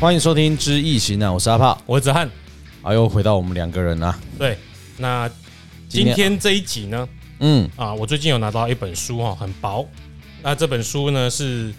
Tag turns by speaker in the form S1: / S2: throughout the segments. S1: 欢迎收听《知易行难》，我是阿炮。
S2: 我是子翰。
S1: 哎呦，回到我们两个人啊，
S2: 对，那今天这一集呢，
S1: 嗯，
S2: 啊，我最近有拿到一本书哈，很薄。那这本书呢是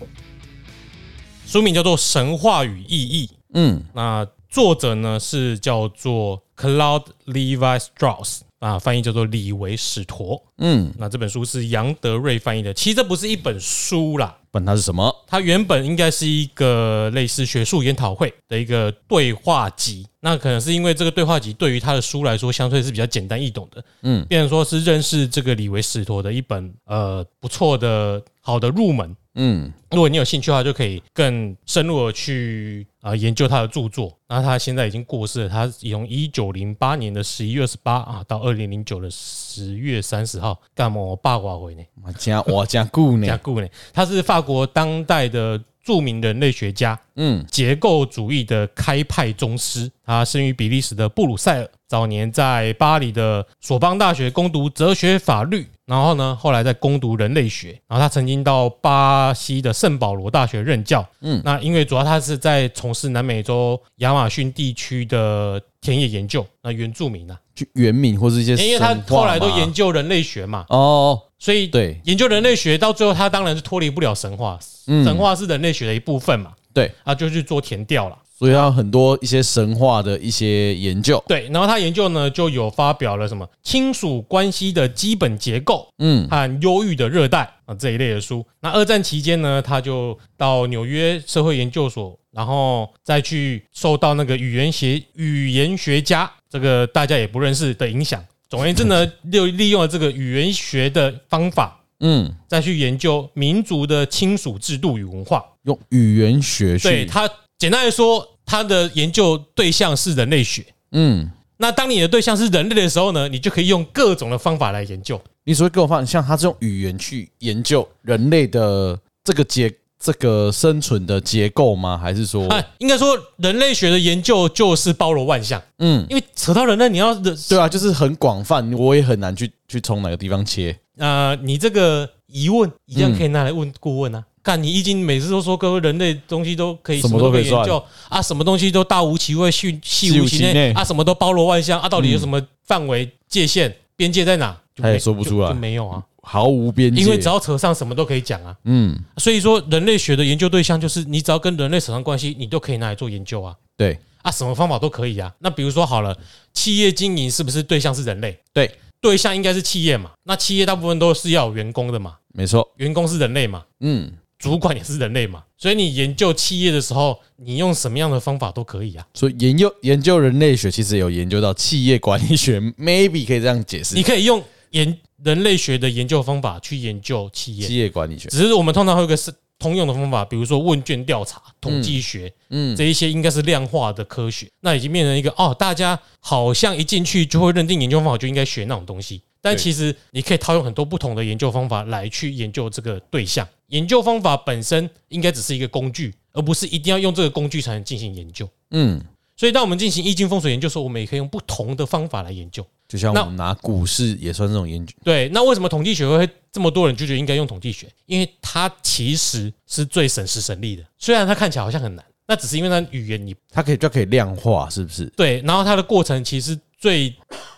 S2: 书名叫做《神话与意义》，
S1: 嗯，
S2: 那作者呢是叫做 Cloud Levi Strauss 啊，翻译叫做李维史陀。
S1: 嗯，
S2: 那这本书是杨德瑞翻译的，其实这不是一本书啦，
S1: 本它是什么？
S2: 它原本应该是一个类似学术研讨会的一个对话集，那可能是因为这个对话集对于他的书来说，相对是比较简单易懂的，
S1: 嗯
S2: 嗯，变成说是认识这个李维史陀的一本呃不错的好的入门。
S1: 嗯，
S2: 如果你有兴趣的话，就可以更深入的去呃研究他的著作。那他现在已经过世了，他从一九零八年的十一月二十八啊到二零零九的十月三十号，干嘛我八卦回呢？
S1: 我加我加顾
S2: 加
S1: 呢？
S2: 固呢，他是法国当代的著名人类学家，
S1: 嗯
S2: 结构主义的开派宗师。他生于比利时的布鲁塞尔，早年在巴黎的索邦大学攻读哲学、法律，然后呢，后来在攻读人类学。然后他曾经到巴西的圣保罗大学任教。
S1: 嗯
S2: 嗯，那因为主要他是在从事南美洲亚马逊地区的田野研究，那原住民啊，
S1: 就原名或是一些神话嘛，
S2: 因为他后来都研究人类学嘛，
S1: 哦，
S2: 所以
S1: 对
S2: 研究人类学到最后，他当然是脱离不了神话，
S1: 嗯
S2: 神话是人类学的一部分嘛，
S1: 对，
S2: 啊，就去做填调了。
S1: 所以它有很多一些神话的一些研究，
S2: 对，然后他研究呢就有发表了什么亲属关系的基本结构
S1: 嗯
S2: 和忧郁的热带啊这一类的书。那二战期间呢，他就到纽约社会研究所，然后再去受到那个语言学语言学家这个大家也不认识的影响。总而言之呢，就利用了这个语言学的方法，
S1: 嗯，
S2: 再去研究民族的亲属制度与文化。
S1: 用语言学去，
S2: 对他，简单来说，他的研究对象是人类学。
S1: 嗯，
S2: 那当你的对象是人类的时候呢，你就可以用各种的方法来研究。
S1: 你所以给我发现，像它是用语言去研究人类的这个结这个生存的结构吗？还是 说，
S2: 啊，应该说人类学的研究就是包罗万象，
S1: 嗯，
S2: 因为扯到人类，你要的
S1: 对啊，就是很广泛，我也很难去去从哪个地方切。
S2: 呃，你这个疑问一样可以拿来问顾问啊。看你易经每次都说各位人类东西都可以
S1: 什么都可以
S2: 研究啊，什么东西都大无其外，细细无
S1: 细无
S2: 其
S1: 其内嗯
S2: 内啊，什么都包罗万象啊，到底有什么范围界限边界在哪？就
S1: 他也
S2: 没
S1: 说不
S2: 就
S1: 出来
S2: 就没有啊，
S1: 毫无边界，
S2: 因为只要扯上什么都可以讲啊。
S1: 嗯，
S2: 所以说人类学的研究对象就是你只要跟人类扯上关系，你都可以拿来做研究啊
S1: 对
S2: 啊，什么方法都可以啊。那比如说好了，企业经营是不是对象是人类？
S1: 对，
S2: 对象应该是企业嘛，那企业大部分都是要有员工的嘛，
S1: 没错，
S2: 员工是人类嘛，
S1: 嗯，
S2: 主管也是人类嘛，所以你研究企业的时候，你用什么样的方法都可以啊。
S1: 所以研究研究人类学，其实有研究到企业管理学，maybe 可以这样解释
S2: 你，可以用研人类学的研究方法去研究企业，
S1: 企业管理学，
S2: 只是我们通常会有一个是通用的方法，比如说问卷调查、统计学、
S1: 嗯，
S2: 这一些应该是量化的科学，那已经变成一个哦，大家好像一进去就会认定研究方法就应该学那种东西，但
S1: 对
S2: 其实你可以套用很多不同的研究方法来去研究这个对象。研究方法本身应该只是一个工具，而不是一定要用这个工具才能进行研究。
S1: 嗯，
S2: 所以，当我们进行易经风水研究的时候，我们也可以用不同的方法来研究。
S1: 就像
S2: 那
S1: 我们拿股市也算这种研究，
S2: 对，那为什么统计学会这么多人就觉得应该用统计学？因为它其实是最省时省力的，虽然它看起来好像很难，那只是因为它语言你
S1: 它可以就可以量化，是不是？
S2: 对，然后它的过程其实最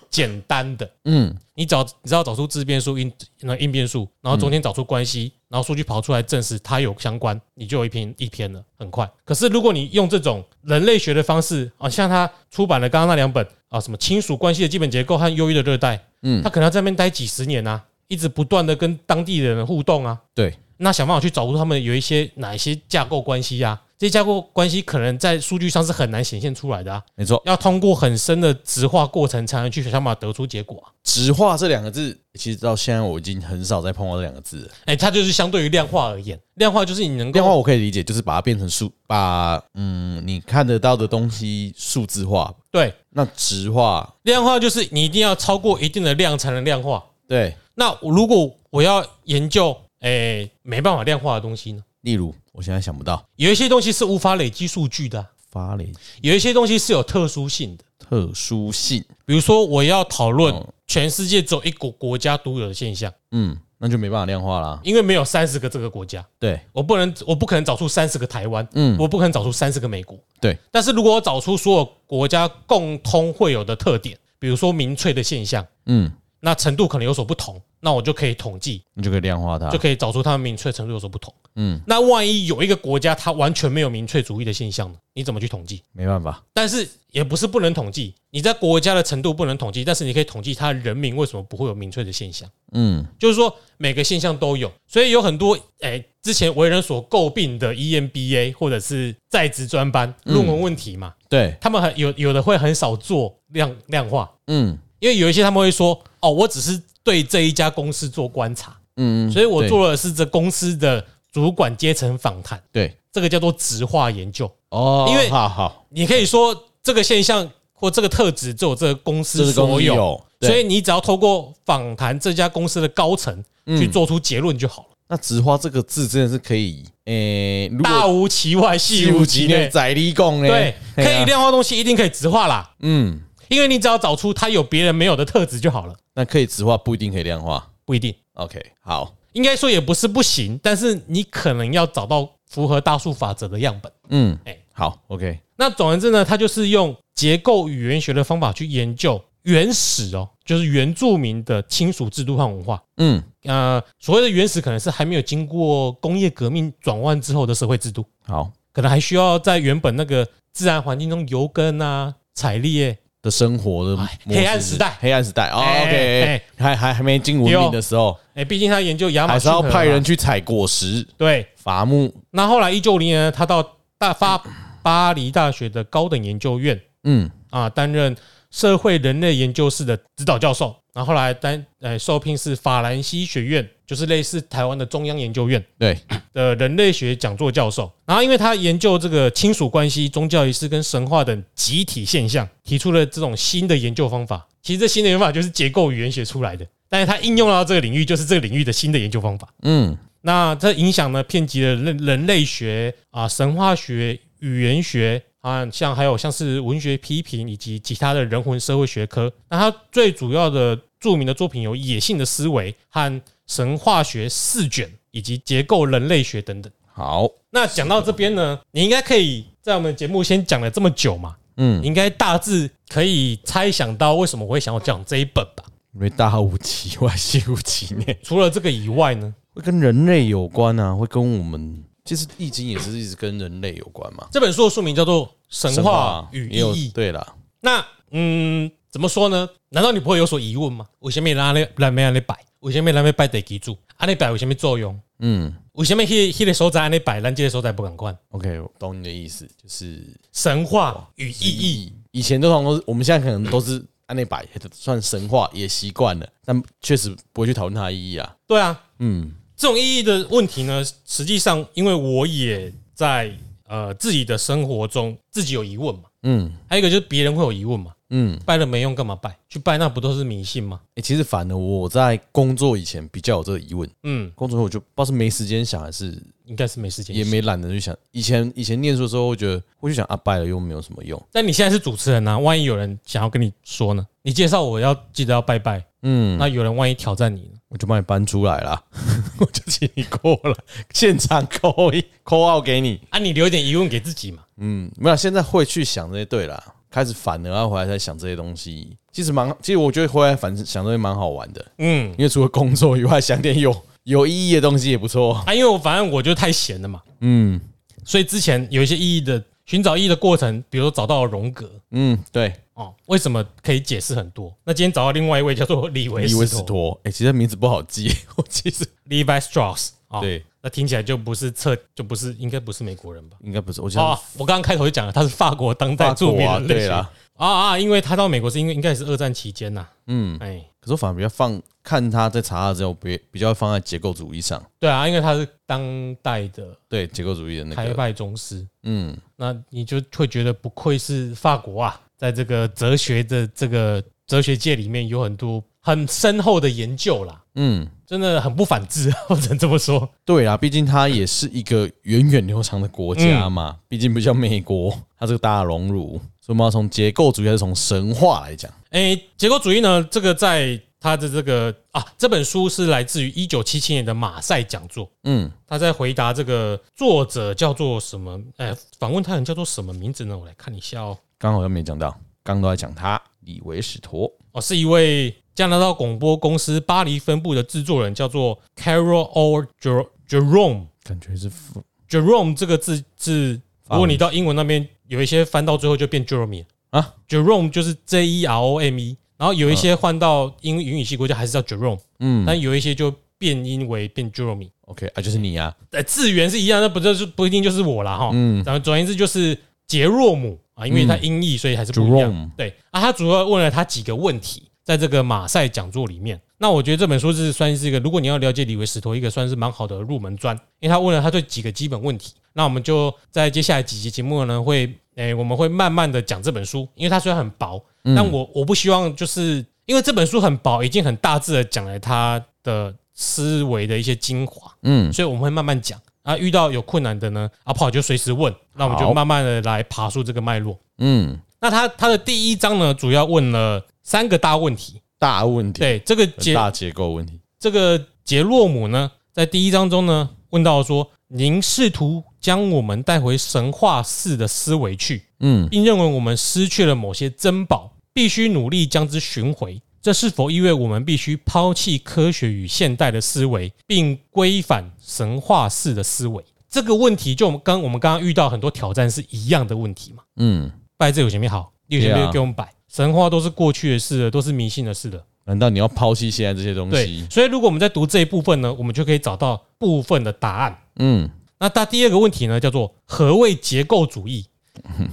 S2: 简单的，
S1: 嗯，
S2: 你找你只要找出自变数、应那应变数，然后中间找出关系，然后数据跑出来证实它有相关，你就有一篇一篇了，很快。可是如果你用这种人类学的方式啊，像他出版了刚刚那两本啊，什么亲属关系的基本结构和忧郁的热带，
S1: 嗯
S2: 嗯，他可能要在那边待几十年啊，一直不断的跟当地人互动啊，
S1: 对，
S2: 那想办法去找出他们有一些哪一些架构关系啊，这些架构关系可能在数据上是很难显现出来的啊，
S1: 没错。
S2: 要通过很深的直化过程才能去想办法得出结果啊。
S1: 直化这两个字，其实到现在我已经很少再碰到这两个字了。
S2: 哎、它就是相对于量化而言，量化就是你能
S1: 量化
S2: 够
S1: 我可以理解，就是把它变成数，把嗯你看得到的东西数字化。
S2: 对
S1: 那直化，
S2: 量化就是你一定要超过一定的量才能量化。
S1: 对，
S2: 那我如果我要研究，哎、没办法量化的东西呢？
S1: 例如我现在想不到
S2: 有一些东西是无法累积数据的啊、
S1: 法雷
S2: 有一些东西是有特殊性的。
S1: 特殊性，
S2: 比如说，我要讨论
S1: 哦
S2: 全世界只有一个国家独有的现象，
S1: 嗯，那就没办法量化啦。
S2: 因为没有三十个这个国家，
S1: 对，
S2: 我不能，我不可能找出三十个台湾，
S1: 嗯，
S2: 我不可能找出三十个美国。
S1: 对，
S2: 但是如果我找出所有国家共通会有的特点，比如说民粹的现象，
S1: 嗯，
S2: 那程度可能有所不同，那我就可以统计，
S1: 你就可以量化它
S2: 就。可以找出他们民粹程度有所不同。
S1: 嗯，
S2: 那万一有一个国家它完全没有民粹主义的现象呢？你怎么去统计？
S1: 没办法，
S2: 但是也不是不能统计，你在国家的程度不能统计，但是你可以统计它人民为什么不会有民粹的现象，
S1: 嗯，
S2: 就是说每个现象都有，所以有很多哎、之前为人所诟病的 E EMBA 或者是在职专班论文问题嘛，
S1: 对，
S2: 他们很有有的会很少做量量化，
S1: 嗯
S2: 因为有一些他们会说哦，我只是对这一家公司做观察，
S1: 嗯嗯，
S2: 所以我
S1: 对
S2: 做的是这公司的主管阶层访谈，
S1: 对
S2: 这个叫做直化研究。
S1: 哦，
S2: 因为
S1: 好好，
S2: 你可以说这个现象或这个特质只有这个公
S1: 这
S2: 司
S1: 是公
S2: 所
S1: 司
S2: 有，
S1: 有，对
S2: 所以你只要透过访谈这家公司的高层去
S1: 嗯
S2: 做出结论就好了。
S1: 那直花这个字真的是可以，诶，如
S2: 大
S1: 果
S2: 无其外，细无其内，
S1: 宰立贡呢，
S2: 对，可
S1: 嘿啊
S2: 以，量化东西一定可以直化啦，
S1: 嗯，
S2: 因为你只要找出它有别人没有的特质就好了，
S1: 那可以直化不一定可以量化。
S2: 不一定。
S1: OK，好，
S2: 应该说也不是不行，但是你可能要找到符合大数法则的样本。
S1: 嗯
S2: 哎，
S1: 好，OK，
S2: 那总而言之呢，它就是用结构语言学的方法去研究原始哦，就是原住民的亲属制度和文化。
S1: 嗯，
S2: 呃，所谓的原始可能是还没有经过工业革命转换之后的社会制度，
S1: 好
S2: 可能还需要在原本那个自然环境中游耕啊、采猎。
S1: 的生活的
S2: 哎
S1: 模式
S2: 黑暗时代
S1: 黑暗时代哦
S2: 哎
S1: ，OK，还还还没进文明的时候，
S2: 哎，毕竟他研究亚马
S1: 还是
S2: 逊
S1: 要
S2: 河
S1: 派
S2: 嘛
S1: 人去采果实、
S2: 对。
S1: 伐木，
S2: 那后来一九零年呢，他到大发巴黎大学的高等研究院
S1: 嗯
S2: 啊，担任社会人类研究室的指导教授。然后后来担呃受聘是法兰西学院，就是类似台湾的中央研究院。
S1: 对，
S2: 的人类学讲座教授，然后因为他研究这个亲属关系、宗教仪式跟神话等集体现象，提出了这种新的研究方法。其实这新的研究方法就是结构语言学出来的，但是他应用到这个领域，就是这个领域的新的研究方法。
S1: 嗯
S2: 那这影响呢，遍及了人人类学啊、神话学、语言学啊，像还有像是文学批评以及其他的人文社会学科。那他最主要的著名的作品有《野性的思维》和《神话学四卷》，以及《结构人类学》等等。
S1: 好，
S2: 那讲到这边呢，你应该可以在我们节目先讲了这么久嘛，
S1: 嗯
S2: 你，应该大致可以猜想到为什么我会想要讲这一本吧。
S1: 因为大无其外，细无其内。
S2: 除了这个以外呢，
S1: 会跟人类有关啊，会跟我们，其实《易经》也是一直跟人类有关嘛。啊
S2: 这本书的书名叫做《神话与
S1: 也
S2: 意
S1: 有
S2: 义》。
S1: 对啦，
S2: 那嗯，怎么说呢？难道你不会有所疑问吗？为什么让你让没让你摆？为什么让你摆得记住？安尼啊摆有什么作用？
S1: 嗯
S2: 为什么迄迄个所在安尼摆，咱这个所在不敢管？
S1: ，OK，我懂你的意思，就是
S2: 神话与意义，
S1: 义。以前都常都是，我们现在可能都是按那摆，算神话也习惯了，但确实不会去讨论它的意义啊。
S2: 对啊，
S1: 嗯
S2: 这种意义的问题呢，实际上因为我也在呃自己的生活中自己有疑问嘛，
S1: 嗯
S2: 还有一个就是别人会有疑问嘛，
S1: 嗯，
S2: 拜了没用，干嘛拜？去拜那不都是迷信吗？
S1: 诶，其实反而我在工作以前比较有这个疑问，
S2: 嗯，
S1: 工作后我就不知道是没时间想还是
S2: 应该是没时间。
S1: 也没懒得去想。以前以前念书的时候，会觉得会去想啊，拜了又没有什么用。
S2: 但你现在是主持人啊，万一有人想要跟你说呢？你介绍我要记得要拜拜，
S1: 嗯，
S2: 那有人万一挑战你呢？
S1: 我就帮你搬出来啦， 我就请你过来，现场扣一 扣号给你。
S2: 啊，你留一点疑问给自己嘛。
S1: 嗯，没有，现在会去想这些，对啦，开始反了，然后回来才想这些东西，其实蛮，其实我觉得回来反想这些蛮好玩的，
S2: 嗯，
S1: 因为除了工作以外，想点有有意义的东西也不错。
S2: 啊，因为我反正我就太闲了嘛，
S1: 嗯
S2: 所以之前有一些意义的寻找意义的过程，比如说找到了荣格
S1: 嗯，对，
S2: 哦，为什么可以解释很多？那今天找到另外一位叫做李维
S1: 李维斯
S2: 斯托
S1: 托，哎、其实名字不好记， 我其实
S2: （Levi Strauss） 啊、哦，
S1: 对，
S2: 那听起来就不是侧，就不是应该不是美国人吧？
S1: 应该不是，我记得
S2: 哦，我刚刚开头就讲了，他是法国当
S1: 是法
S2: 代著
S1: 国
S2: 名
S1: 啊，
S2: 人类
S1: 对
S2: 学
S1: 啦，
S2: 啊啊，因为他到美国是因为应该也是二战期间呐、
S1: 嗯，
S2: 哎，
S1: 可是我反而比较放看他在查他之后，比比较放在结构主义上，
S2: 对啊，因为他是当代的
S1: 对结构主义的那
S2: 开
S1: 个，
S2: 派宗师，
S1: 嗯。
S2: 那你就会觉得不愧是法国啊，在这个哲学的这个哲学界里面有很多很深厚的研究啦，
S1: 嗯，
S2: 真的很不反智， 我只能这么说。
S1: 对啦，毕竟它也是一个源远流长的国
S2: 嗯
S1: 家嘛，毕竟不像美国，它是个大熔炉，所以我们要从结构主义还是从神话来讲？
S2: 哎、结构主义呢，这个在他的这个啊，这本书是来自于一九七七年的马赛讲座。
S1: 嗯，
S2: 他在回答这个作者叫做什么？哎，访问他人叫做什么名字呢？我来看一下哦。
S1: 刚好像没讲到，刚刚都在讲他李维史陀。
S2: 哦，是一位加拿大广播公司巴黎分部的制作人，叫做 Carol O. Jer- Jerome。
S1: 感觉是复
S2: Jerome 这个字字，如果你到英文那边有一些翻到最后就变 Jeremy
S1: 啊
S2: ，Jerome 就是 J E R O M E，然后有一些换到英语语系国家还是叫 Jerome，
S1: 嗯
S2: 但有一些就变音为变 Jeremy。
S1: ，OK 啊，就是你啊，
S2: 呃，字源是一样，那不就是不一定就是我啦哈。
S1: 嗯
S2: 然后总而言之就是杰若姆啊，因为它
S1: 嗯
S2: 音译，所以还是不一样。
S1: ，Jerome，
S2: 对啊，他主要问了他几个问题，在这个马赛讲座里面。那我觉得这本书是算是一个，如果你要了解李维史托，一个算是蛮好的入门砖，因为他问了他这几个基本问题。那我们就在接下来几集节目呢，会诶、我们会慢慢的讲这本书，因为它虽然很薄，但我我不希望就是因为这本书很薄，已经很大致的讲了他的思维的一些精华，
S1: 嗯，
S2: 所以我们会慢慢讲。啊，遇到有困难的呢，阿炮就随时问，那我们就
S1: 好
S2: 慢慢的来爬出这个脉络。
S1: 嗯，
S2: 那他他的第一章呢，主要问了三个大问题。
S1: 大问题，
S2: 对，这个
S1: 很
S2: 杰
S1: 大结构问题，
S2: 这个杰洛姆呢，在第一章中呢，问到说，您试图将我们带回神话式的思维去，
S1: 嗯
S2: 并认为我们失去了某些珍宝，必须努力将之寻回。这是否意味我们必须抛弃科学与现代的思维，并规范神话式的思维？这个问题就我们跟我们刚刚遇到很多挑战是一样的问题嘛？
S1: 嗯，
S2: 拜这有前面好，有前面
S1: Yeah
S2: 给我们摆。神话都是过去的事了，都是迷信的事了。
S1: 难道你要抛弃现在这些东
S2: 对
S1: 西，？
S2: 所以如果我们在读这一部分呢，我们就可以找到部分的答案。
S1: 嗯，
S2: 那大第二个问题呢，叫做何谓结构 主义？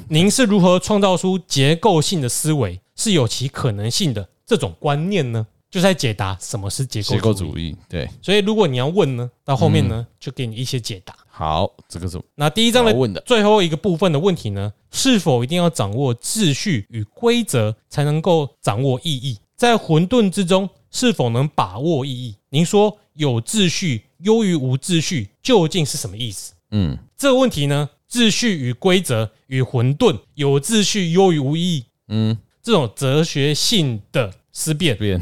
S2: 您是如何创造出结构性的思维是有其可能性的这种观念呢？就是在解答什么是结构
S1: 结构
S2: 主义。
S1: 主义，对，
S2: 所以如果你要问呢，到后面呢、就给你一些解答。
S1: 好，这个是
S2: 那第一章
S1: 我
S2: 的
S1: 要问的，
S2: 最后一个部分的问题呢，是否一定要掌握秩序与规则才能够掌握意义？在混沌之中，是否能把握意义？您说有秩序优于无秩序，究竟是什么意思？
S1: 嗯，
S2: 这个问题呢，秩序与规则与混沌，有秩序优于无意义，
S1: 嗯，
S2: 这种哲学性的思辨
S1: 这，边，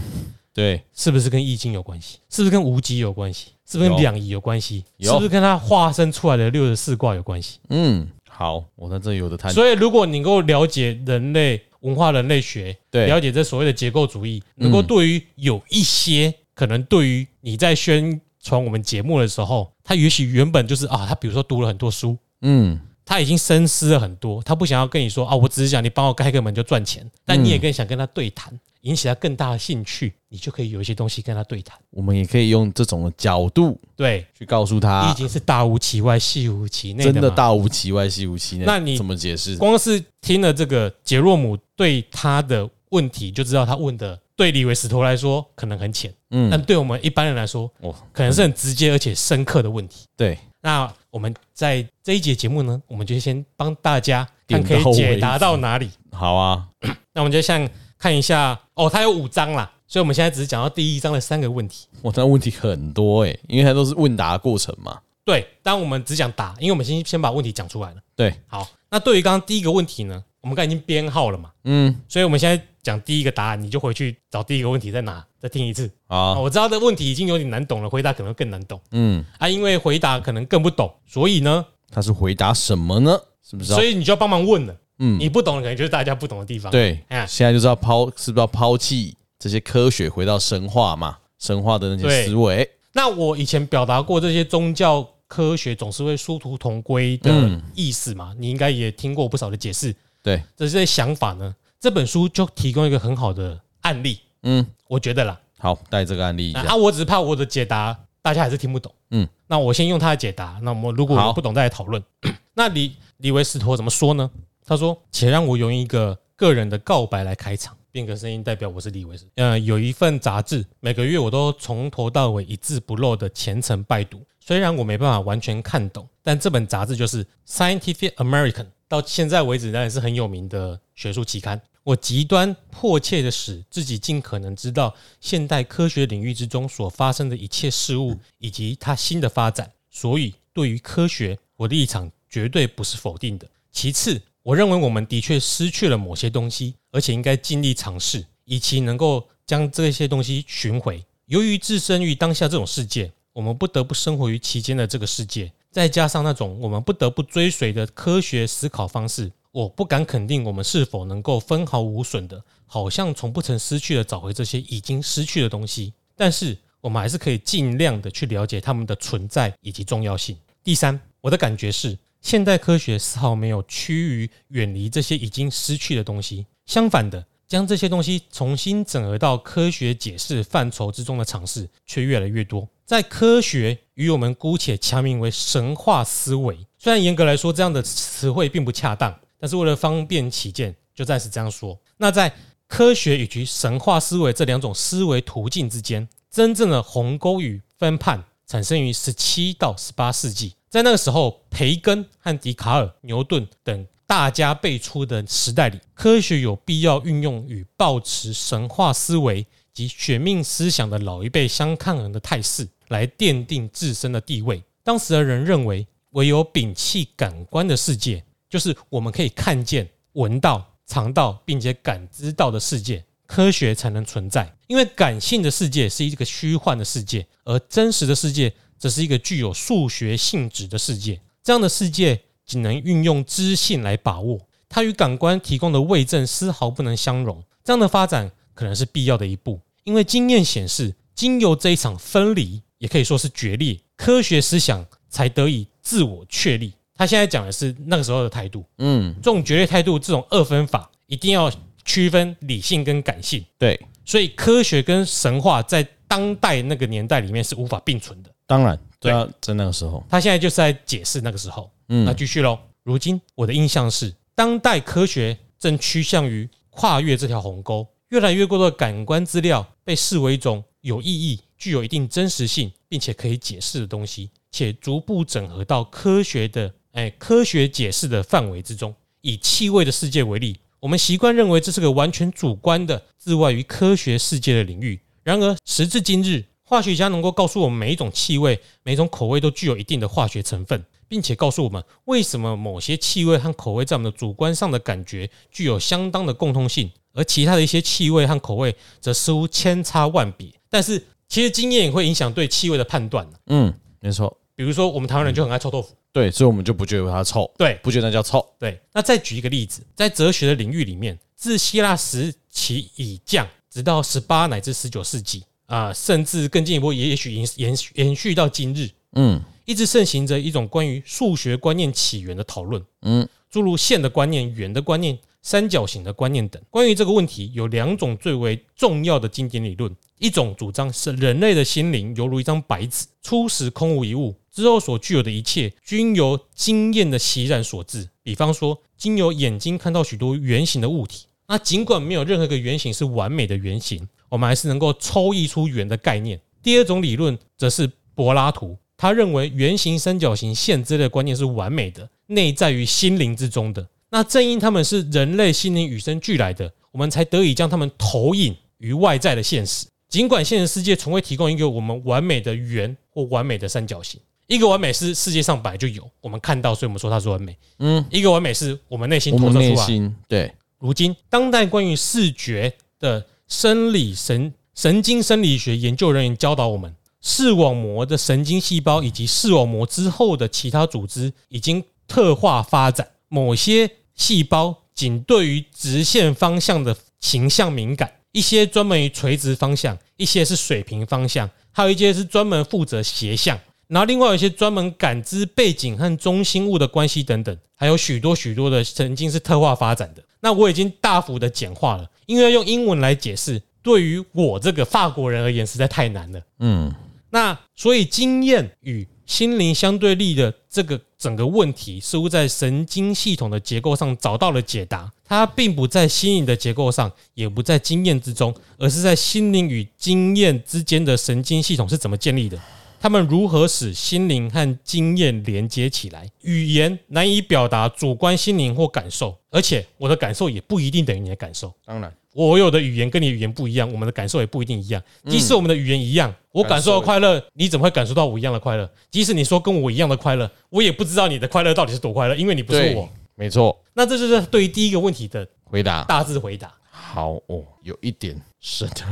S1: 对，
S2: 是不是跟易经有关系？是不是跟无极有关系？是不是跟
S1: 有
S2: 两仪有关系？
S1: 有
S2: 是不是跟它化身出来的六十四卦有关系？
S1: 嗯，好，我在这里有的谈，
S2: 所以，如果你能够了解人类文化、人类学，
S1: 对嗯
S2: 了解这所谓的结构主义，能够对于有一些可能对于你在宣传我们节目的时候，他也许原本就是啊，他比如说读了很多书。
S1: 嗯，
S2: 他已经深思了很多，他不想要跟你说啊，我只是想你帮我开个门就赚钱，但
S1: 嗯
S2: 你也更想跟他对谈，引起他更大的兴趣，你就可以有一些东西跟他对谈。
S1: 我们也可以用这种的角度
S2: 对，
S1: 去告诉
S2: 你已
S1: 他，
S2: 经是大无其外，细无其
S1: 啊
S2: 内
S1: 真的
S2: 嘛
S1: 大无其外，细无其内，
S2: 那你
S1: 怎么解释？
S2: 光是听了这个杰洛姆对他的问题，就知道他问的对李维斯托来说可能很浅，
S1: 嗯，
S2: 但对我们一般人来说，
S1: 哦，
S2: 可能是很直接而且深刻的问题。
S1: 对，
S2: 那我们在这一节节目呢，我们就先帮大家
S1: 点
S2: 看可以
S1: 到为
S2: 解
S1: 止
S2: 答到哪里。
S1: 好啊，
S2: 那我们就像看一下哦，它有五章啦，所以我们现在只是讲到第一章的三个问题。
S1: 哇，那问题很多哎、因为它都是问答过程嘛。
S2: 对，但我们只讲答，因为我们先先把问题讲出来了。
S1: 对，
S2: 好，那对于刚刚第一个问题呢，我们刚刚已经编号了嘛，
S1: 嗯，
S2: 所以我们现在讲第一个答案，你就回去找第一个问题在哪，再听一次。啊，
S1: 好，
S2: 我知道的问题已经有点难懂了，回答可能会更难懂
S1: 嗯，
S2: 啊，因为回答可能更不懂，所以呢，
S1: 他是回答什么呢？是不是要？
S2: 所以你就要帮忙问了。
S1: 嗯
S2: 你不懂的可能就是大家不懂的地方。，
S1: 对，
S2: 哎
S1: 现在就是要抛，是不是要抛弃这些科学，回到神话嘛？神话的那些
S2: 对
S1: 思维，
S2: 那我以前表达过这些宗教科学总是会殊途同归的
S1: 嗯
S2: 意思嘛，你应该也听过不少的解释。
S1: 对，
S2: 这些想法呢，这本书就提供一个很好的案例，
S1: 嗯，
S2: 我觉得啦。
S1: 好，带这个案例一下，
S2: 啊，我只是怕我的解答大家还是听不懂。
S1: 嗯，
S2: 那我先用他的解答，那我们如果
S1: 好
S2: 有不懂再来讨论。 那李李维斯托怎么说呢？他说：“且让我用一个个人的告白来开场，变个声音代表我是李维斯。呃，有一份杂志，每个月我都从头到尾一字不漏的虔诚拜读。虽然我没办法完全看懂，但这本杂志就是《Scientific American》，到现在为止当然是很有名的学术期刊。我极端迫切的使自己尽可能知道现代科学领域之中所发生的一切事物以及它新的发展，所以对于科学，我的立场绝对不是否定的。其次，我认为我们的确失去了某些东西，而且应该尽力尝试，以其能够。将这些东西寻回。由于置身于当下这种世界，我们不得不生活于其间的这个世界，再加上那种我们不得不追随的科学思考方式，我不敢肯定我们是否能够分毫无损的，好像从不曾失去的找回这些已经失去的东西。但是我们还是可以尽量的去了解它们的存在以及重要性。第三，我的感觉是，现代科学丝毫没有趋于远离这些已经失去的东西，相反的，将这些东西重新整合到科学解释范畴之中的尝试却越来越多。在科学与我们姑且强名为神话思维，虽然严格来说这样的词汇并不恰当，但是为了方便起见，就暂时这样说。那在科学以及神话思维这两种思维途径之间，真正的鸿沟与分判产生于十七到十八世纪。在那个时候，培根和笛卡尔、牛顿等大家辈出的时代里，科学有必要运用与抱持神话思维及玄命思想的老一辈相抗衡的态势，来奠定自身的地位。当时的人认为，唯有摒弃感官的世界，就是我们可以看见、闻到、尝到，并且感知到的世界，科学才能存在。因为感性的世界是一个虚幻的世界，而真实的世界则是一个具有数学性质的世界。这样的世界仅能运用知性来把握，它与感官提供的位证丝毫不能相容。这样的发展可能是必要的一步，因为经验显示，经由这一场分离，也可以说是决裂，科学思想才得以自我确立。他现在讲的是那个时候的态度，
S1: 嗯，
S2: 这种绝对态度，这种二分法，一定要区分理性跟感性。
S1: 对，
S2: 所以科学跟神话在当代那个年代里面是无法并存的。
S1: 当然，
S2: 对
S1: 对啊，在那个时候，
S2: 他现在就是在解释那个时候。那
S1: 嗯，
S2: 继续喽。如今我的印象是，当代科学正趋向于跨越这条鸿沟，越来越多的感官资料被视为一种有意义、具有一定真实性，并且可以解释的东西，且逐步整合到科学的哎科学解释的范围之中。以气味的世界为例，我们习惯认为这是个完全主观的、自外于科学世界的领域。然而，时至今日，化学家能够告诉我们每一种气味、每一种口味都具有一定的化学成分，并且告诉我们为什么某些气味和口味在我们的主观上的感觉具有相当的共通性，而其他的一些气味和口味则似乎千差万别。但是，其实经验也会影响对气味的判断。
S1: 嗯，没错，
S2: 比如说，我们台湾人就很爱臭豆腐，
S1: 对，所以我们就不觉得它臭，
S2: 对，
S1: 不觉得那叫臭，
S2: 对，那再举一个例子，在哲学的领域里面，自希腊时期以降，直到十八乃至十九世纪啊、甚至更进一步，也也许延延续延续到今日，
S1: 嗯
S2: 一直盛行着一种关于数学观念起源的讨论，
S1: 嗯，
S2: 诸如线的观念、圆的观念、三角形的观念等。关于这个问题，有两种最为重要的经典理论，一种主张是人类的心灵犹如一张白纸，初始空无一物，之后所具有的一切均由经验的洗染所致。比方说，经由眼睛看到许多圆形的物体，那尽管没有任何一个圆形是完美的圆形，我们还是能够抽绎出圆的概念。第二种理论则是柏拉图，他认为圆形、三角形、线之类的观念是完美的，内在于心灵之中的。那正因他们是人类心灵与生俱来的，我们才得以将它们投影于外在的现实。尽管现实世界从未提供一个我们完美的圆或完美的三角形，一个完美是世界上本来就有，我们看到，所以我们说它是完美；
S1: 嗯，
S2: 一个完美是我们内心
S1: 我
S2: 投
S1: 们
S2: 射
S1: 内
S2: 出来，
S1: 心对，
S2: 如今，当代关于视觉的生理神神经生理学研究人员教导我们，视网膜的神经细胞以及视网膜之后的其他组织已经特化发展，某些细胞仅对于直线方向的形象敏感，一些专门于垂直方向，一些是水平方向，还有一些是专门负责斜向。然后另外有一些专门感知背景和中心物的关系等等，还有许多许多的神经是特化发展的。那我已经大幅的简化了，因为要用英文来解释，对于我这个法国人而言实在太难了。
S1: 嗯，
S2: 那所以经验与心灵相对立的这个整个问题，似乎在神经系统的结构上找到了解答。它并不在心灵的结构上，也不在经验之中，而是在心灵与经验之间的神经系统是怎么建立的。他们如何使心灵和经验连接起来？语言难以表达主观心灵或感受，而且我的感受也不一定等于你的感受。
S1: 当然，
S2: 我有的语言跟你语言不一样，我们的感受也不一定一样。
S1: 嗯
S2: 即使我们的语言一样，我感受到快乐，你怎么会感受到我一样的快乐？即使你说跟我一样的快乐，我也不知道你的快乐到底是多快乐，因为你不是
S1: 对
S2: 我。，
S1: 没错，
S2: 那这就是对于第一个问题的
S1: 回答
S2: 大致回答。
S1: 好哦，有一点是的，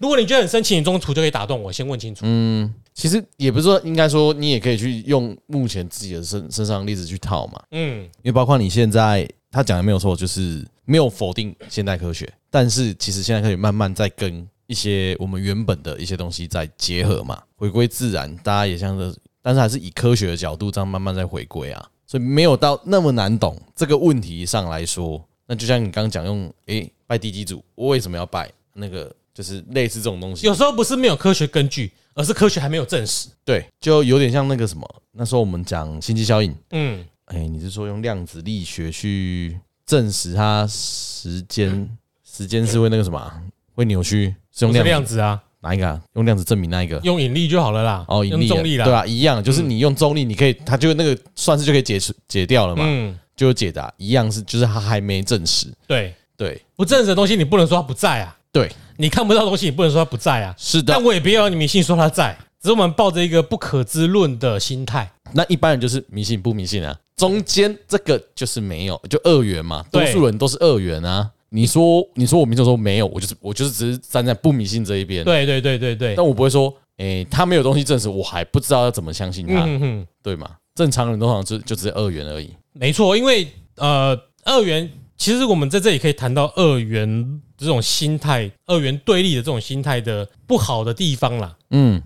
S2: 如果你觉得很生气，你中途就可以打断我，先问清楚。
S1: 嗯其实也不是说，应该说你也可以去用目前自己的身身上的例子去套嘛，
S2: 嗯，
S1: 因为包括你现在他讲的没有错，就是没有否定现代科学，但是其实现代科学慢慢在跟一些我们原本的一些东西在结合嘛，回归自然，大家也像是，但是还是以科学的角度这样慢慢在回归啊，所以没有到那么难懂这个问题上来说，那就像你刚刚讲用诶、拜地基主，我为什么要拜那个？就是类似这种东西，
S2: 有时候不是没有科学根据，而是科学还没有证实。
S1: 对，就有点像那个什么，那时候我们讲星际效应，
S2: 嗯，
S1: 哎、你是说用量子力学去证实它时间，时间是会那个什么啊，会扭曲，是
S2: 不
S1: 用
S2: 是
S1: 量子
S2: 量子啊，
S1: 哪一个啊？用量子证明那一个？
S2: 用引力就好了啦，
S1: 哦，引
S2: 用
S1: 力
S2: 重力啦，嗯
S1: 对啊，一样，就是你用重力，你可以，它就那个算是就可以解除解掉了嘛，
S2: 嗯，
S1: 就有解答，一样是，就是它还没证实，
S2: 对，
S1: 对
S2: 不证实的东西你不能说它不在啊，
S1: 对，
S2: 你看不到的东西你不能说它不在啊，
S1: 是的
S2: 但，我也不要你迷信说它在，只是我们抱着一个不可知论的心态。
S1: 那一般人就是迷信不迷信啊？中间这个就是没有，就二元嘛，多
S2: 对
S1: 数人都是二元啊。你说你说我迷信说没有，我就是我就是只是站在不迷信这一边，
S2: 对对对对对，
S1: 但我不会说，诶、他没有东西证实，我还不知道要怎么相信他，
S2: 嗯哼，
S1: 对吗？正常人通常就就只是二元而已，
S2: 没错，因为呃，二元其实我们在这里可以谈到二元这种心态，二元对立的这种心态的不好的地方啦。
S1: 嗯，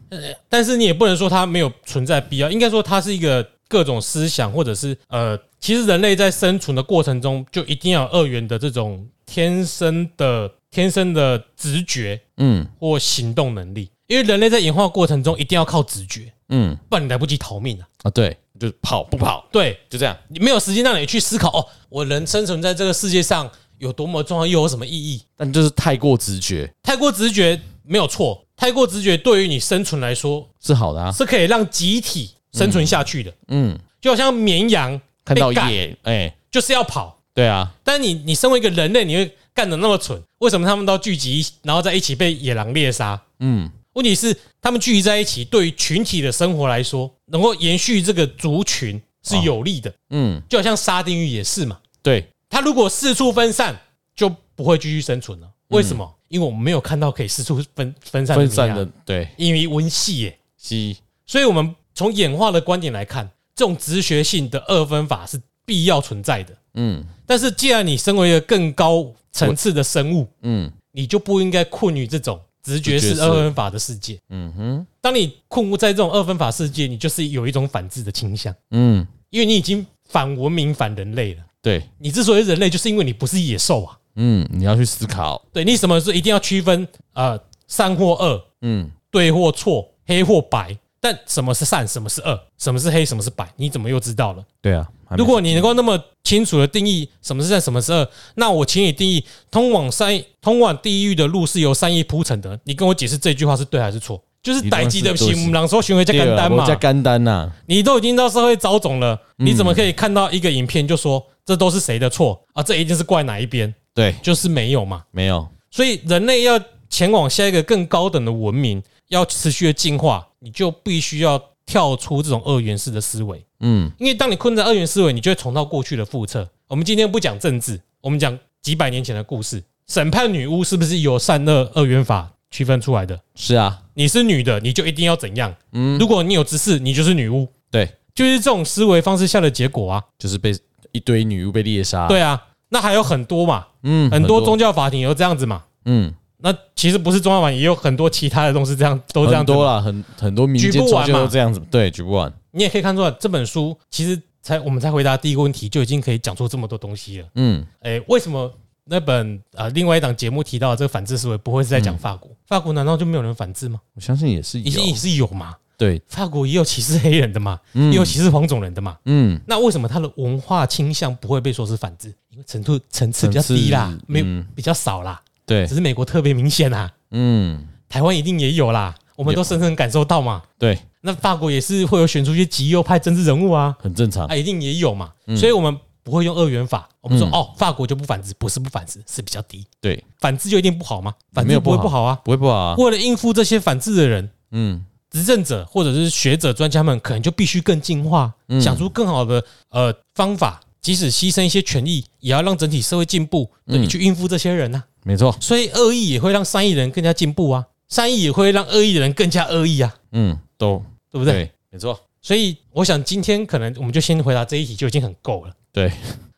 S2: 但是你也不能说它没有存在必要，应该说它是一个各种思想或者是呃，其实人类在生存的过程中就一定要有二元的这种天生的天生的直觉
S1: 嗯
S2: 或行动能力，因为人类在演化过程中一定要靠直觉，
S1: 嗯
S2: 不然你来不及逃命啊。
S1: 啊，对，就是跑不跑，
S2: 对，
S1: 就这样，
S2: 你没有时间让你去思考哦，我人生存在这个世界上有多么重要，又有什么意义？
S1: 但就是太过直觉
S2: 太过直觉没有错，太过直觉对于你生存来说
S1: 是好的啊，
S2: 是可以让集体生存下去的。
S1: 嗯，
S2: 就好像绵羊
S1: 看到
S2: 被干
S1: 野，哎、
S2: 就是要跑，
S1: 对啊，
S2: 但你你身为一个人类，你会干得那么蠢？为什么他们都聚集，然后在一起被野狼猎杀？
S1: 嗯，
S2: 问题是他们聚集在一起，对于群体的生活来说，能够延续这个族群是有利的。
S1: 嗯，
S2: 就好像沙丁鱼也是嘛，
S1: 对，
S2: 它如果四处分散，就不会继续生存了。为什么？因为我们没有看到可以四处分分散
S1: 嗯分散的
S2: 的绵羊，
S1: 对，
S2: 因为温系耶。
S1: 西，
S2: 所以，我们从演化的观点来看，这种直觉性的二分法是必要存在的。
S1: 嗯
S2: 但是既然你身为一个更高层次的生物，
S1: 嗯
S2: 你就不应该困于这种直觉
S1: 直觉
S2: 式
S1: 式
S2: 二分法的世界。
S1: 嗯哼，
S2: 当你困于在这种二分法世界，你就是有一种反制的倾向，
S1: 嗯，
S2: 因为你已经反文明、反人类了。
S1: 对，
S2: 你之所以人类，就是因为你不是野兽啊。
S1: 嗯，你要去思考，
S2: 对你什么是一定要区分呃善或恶，
S1: 嗯
S2: 对或错，黑或白。但什么是善，什么是恶，什么是黑，什么是白，你怎么又知道了？
S1: 对啊，还没
S2: 如果你能够那么清楚的定义什么是善，什么是恶，那我请你定义通往善、通往地狱的路是由善意铺成的。你跟我解释这句话是对还是错？就是
S1: 你当
S2: 歹
S1: 然
S2: 机
S1: 是
S2: 的
S1: 对
S2: 行，我们说行为加
S1: 对
S2: 干
S1: 啊
S2: 单
S1: 我嗯加
S2: 嘛。
S1: 干单呐、
S2: 你都已经到社会遭种了，你怎么可以看到一个影片就说这都是谁的错啊？这一定是怪哪一边？
S1: 对，
S2: 就是没有嘛。
S1: 没有，
S2: 所以人类要前往下一个更高等的文明，要持续的进化，你就必须要跳出这种二元式的思维。
S1: 嗯
S2: 因为当你困在二元思维，你就会重蹈过去的覆辙。我们今天不讲政治，我们讲几百年前的故事。审判女巫是不是由善恶二元法区分出来的？
S1: 是啊，
S2: 你是女的，你就一定要怎样？
S1: 嗯
S2: 如果你有执事，你就是女巫，
S1: 对，
S2: 就是这种思维方式下的结果啊。
S1: 就是被一堆女巫被猎杀，
S2: 对啊，那还有很多嘛，
S1: 嗯，
S2: 很多宗教法庭有这样子嘛。
S1: 嗯
S2: 那其实不是宗教法庭，也有很多其他的东西这样都这样
S1: 很
S2: 子嘛
S1: 多啦，很很多民间
S2: 举不
S1: 宗
S2: 完
S1: 教
S2: 嘛
S1: 都这样子，对，举不完，
S2: 你也可以看出来，这本书其实才我们才回答第一个问题，就已经可以讲出这么多东西了。
S1: 嗯
S2: 哎、为什么那本呃另外一档节目提到的这个反制思维不会是在讲法国？法国难道就没有人反制吗？
S1: 我相信也是
S2: 一定
S1: 嗯
S2: 也
S1: 有，
S2: 是有嘛。
S1: 对，
S2: 法国也有歧视黑人的嘛，也有歧视黄种人的嘛。
S1: 嗯，
S2: 那为什么他的文化倾向不会被说是反制？因为程度层次比较低啦
S1: 层次，
S2: 没、
S1: 嗯
S2: 比较少啦，
S1: 对
S2: 只，是美国特别明显啦，
S1: 嗯，
S2: 台湾一定也有啦，我们都深深感受到嘛。
S1: 对，
S2: 那法国也是会有选出一些极右派政治人物啊，
S1: 很正常
S2: 啊，，一定也有嘛。所以我们不会用二元法，我们说、
S1: 嗯
S2: 哦，法国就不反制，不是不反制，是比较低。
S1: 对，
S2: 反制就一定不好吗？反
S1: 没
S2: 制
S1: 有
S2: 不
S1: 不好
S2: 会不好啊。
S1: 不会不好啊，
S2: 为了应付这些反制的人，
S1: 嗯
S2: 执政者或者是学者、专家们，可能就必须更进化，
S1: 嗯
S2: 想出更好的呃方法，即使牺牲一些权益，也要让整体社会进步，
S1: 嗯
S2: 你去应付这些人呐、
S1: 没错，
S2: 所以恶意也会让善意人更加进步啊。善意也会让恶意的人更加恶意啊，
S1: 嗯，都
S2: 对不对？
S1: 对，没错，
S2: 所以我想今天可能我们就先回答这一题就已经很够了。
S1: 对，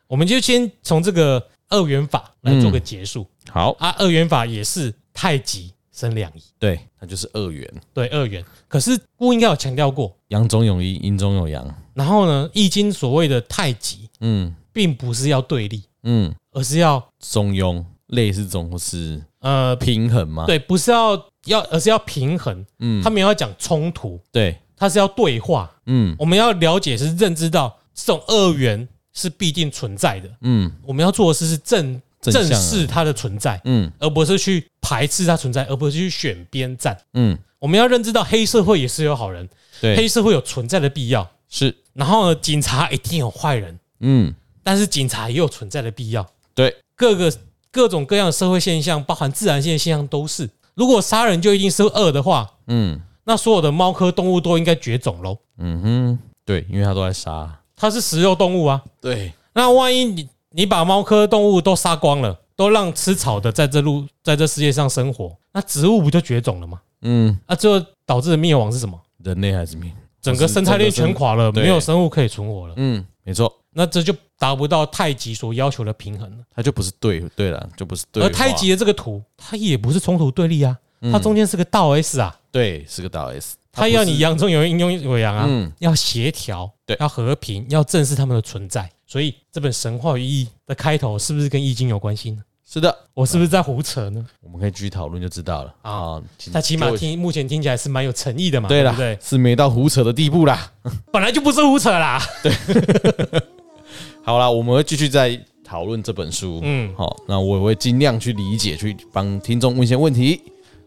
S2: 我们就先从这个二元法
S1: 嗯
S2: 来做个结束、
S1: 好，
S2: 啊。二元法也是太极生两仪，
S1: 对，它就是二元，
S2: 对二元。可是顾应该有强调过，
S1: 阳中有阴，阴中有阳，
S2: 然后呢，《易经》所谓的太极，
S1: 嗯
S2: 并不是要对立，
S1: 嗯，
S2: 而是要
S1: 中庸类似中是
S2: 呃，
S1: 平衡嘛，，
S2: 对，不是要要，而是要平衡。
S1: 嗯
S2: 他，没有要讲冲突，
S1: 对，
S2: 他是要对话。
S1: 嗯
S2: 我们要了解是认知到这种二元是必定存在的。
S1: 嗯
S2: 我们要做的事是正
S1: 正
S2: 正
S1: 向啊
S2: 视它的存在，
S1: 嗯
S2: 而不是去排斥它存在，而不是去选边站。
S1: 嗯，
S2: 我们要认知到黑社会也是有好人，黑
S1: 对，
S2: 社会有存在的必要。
S1: 是，
S2: 然后呢，警察一定有坏人，
S1: 嗯
S2: 但是警察也有存在的必要。
S1: 对，
S2: 各个各种各样的社会现象，包含自然现象都是。如果杀人就一定是恶的话，
S1: 嗯
S2: 那所有的猫科动物都应该绝种喽。
S1: 嗯哼，对，因为他都在杀，
S2: 它是食肉动物啊，
S1: 对，
S2: 那万一你你把猫科动物都杀光了，都让吃草的在这路在这世界上生活，那植物不就绝种了吗？
S1: 嗯，
S2: 啊，最后导致的灭亡是什么？
S1: 人类还是命，
S2: 整个生态链全垮了，
S1: 对
S2: 没有生物可以存活了，
S1: 嗯，没错。
S2: 那这就达不到太极所要求的平衡了。
S1: 它就不是对，对了，就不是对话。
S2: 而太极的这个图，它也不是冲突对立啊，它中间是个倒 S 啊，
S1: 对是个大 S，
S2: 它要你阳中有阴，阴中有阳啊，
S1: 嗯
S2: 要协调，
S1: 对
S2: 要和平，要正视他们的存在。所以这本神话与意义的开头是不是跟易经有关系呢？
S1: 是的，
S2: 我是不是在胡扯呢？
S1: 我们可以继续讨论就知道了
S2: 啊
S1: 啊。请
S2: 他起码
S1: 给我
S2: 听目前听起来是蛮有诚意的嘛，
S1: 对
S2: 对
S1: 啦，
S2: 不对？
S1: 是没到胡扯的地步啦。
S2: 本来就不是胡扯啦，
S1: 好啦，我们会继续再讨论这本书。
S2: 嗯
S1: 嗯，好，那我也会尽量去理解，去帮听众问一些问题，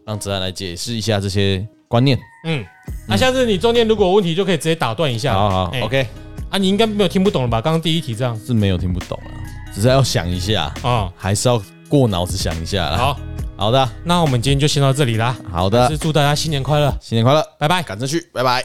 S1: 让子安来解释一下这些观念。
S2: 嗯。那、下次你中间如果有问题就可以直接打断一下。
S1: 好好
S2: 哎
S1: ，OK，
S2: 啊，你应该没有听不懂了吧？刚刚第一题这样
S1: 是没有听不懂啊，只是要想一下，
S2: 啊、
S1: 还是要过脑子想一下啦。
S2: 好，
S1: 好的，
S2: 那我们今天就先到这里啦。
S1: 好
S2: 是
S1: 的，
S2: 祝大家新年快乐，
S1: 新年快乐，
S2: 拜拜。
S1: 赶上去，拜拜。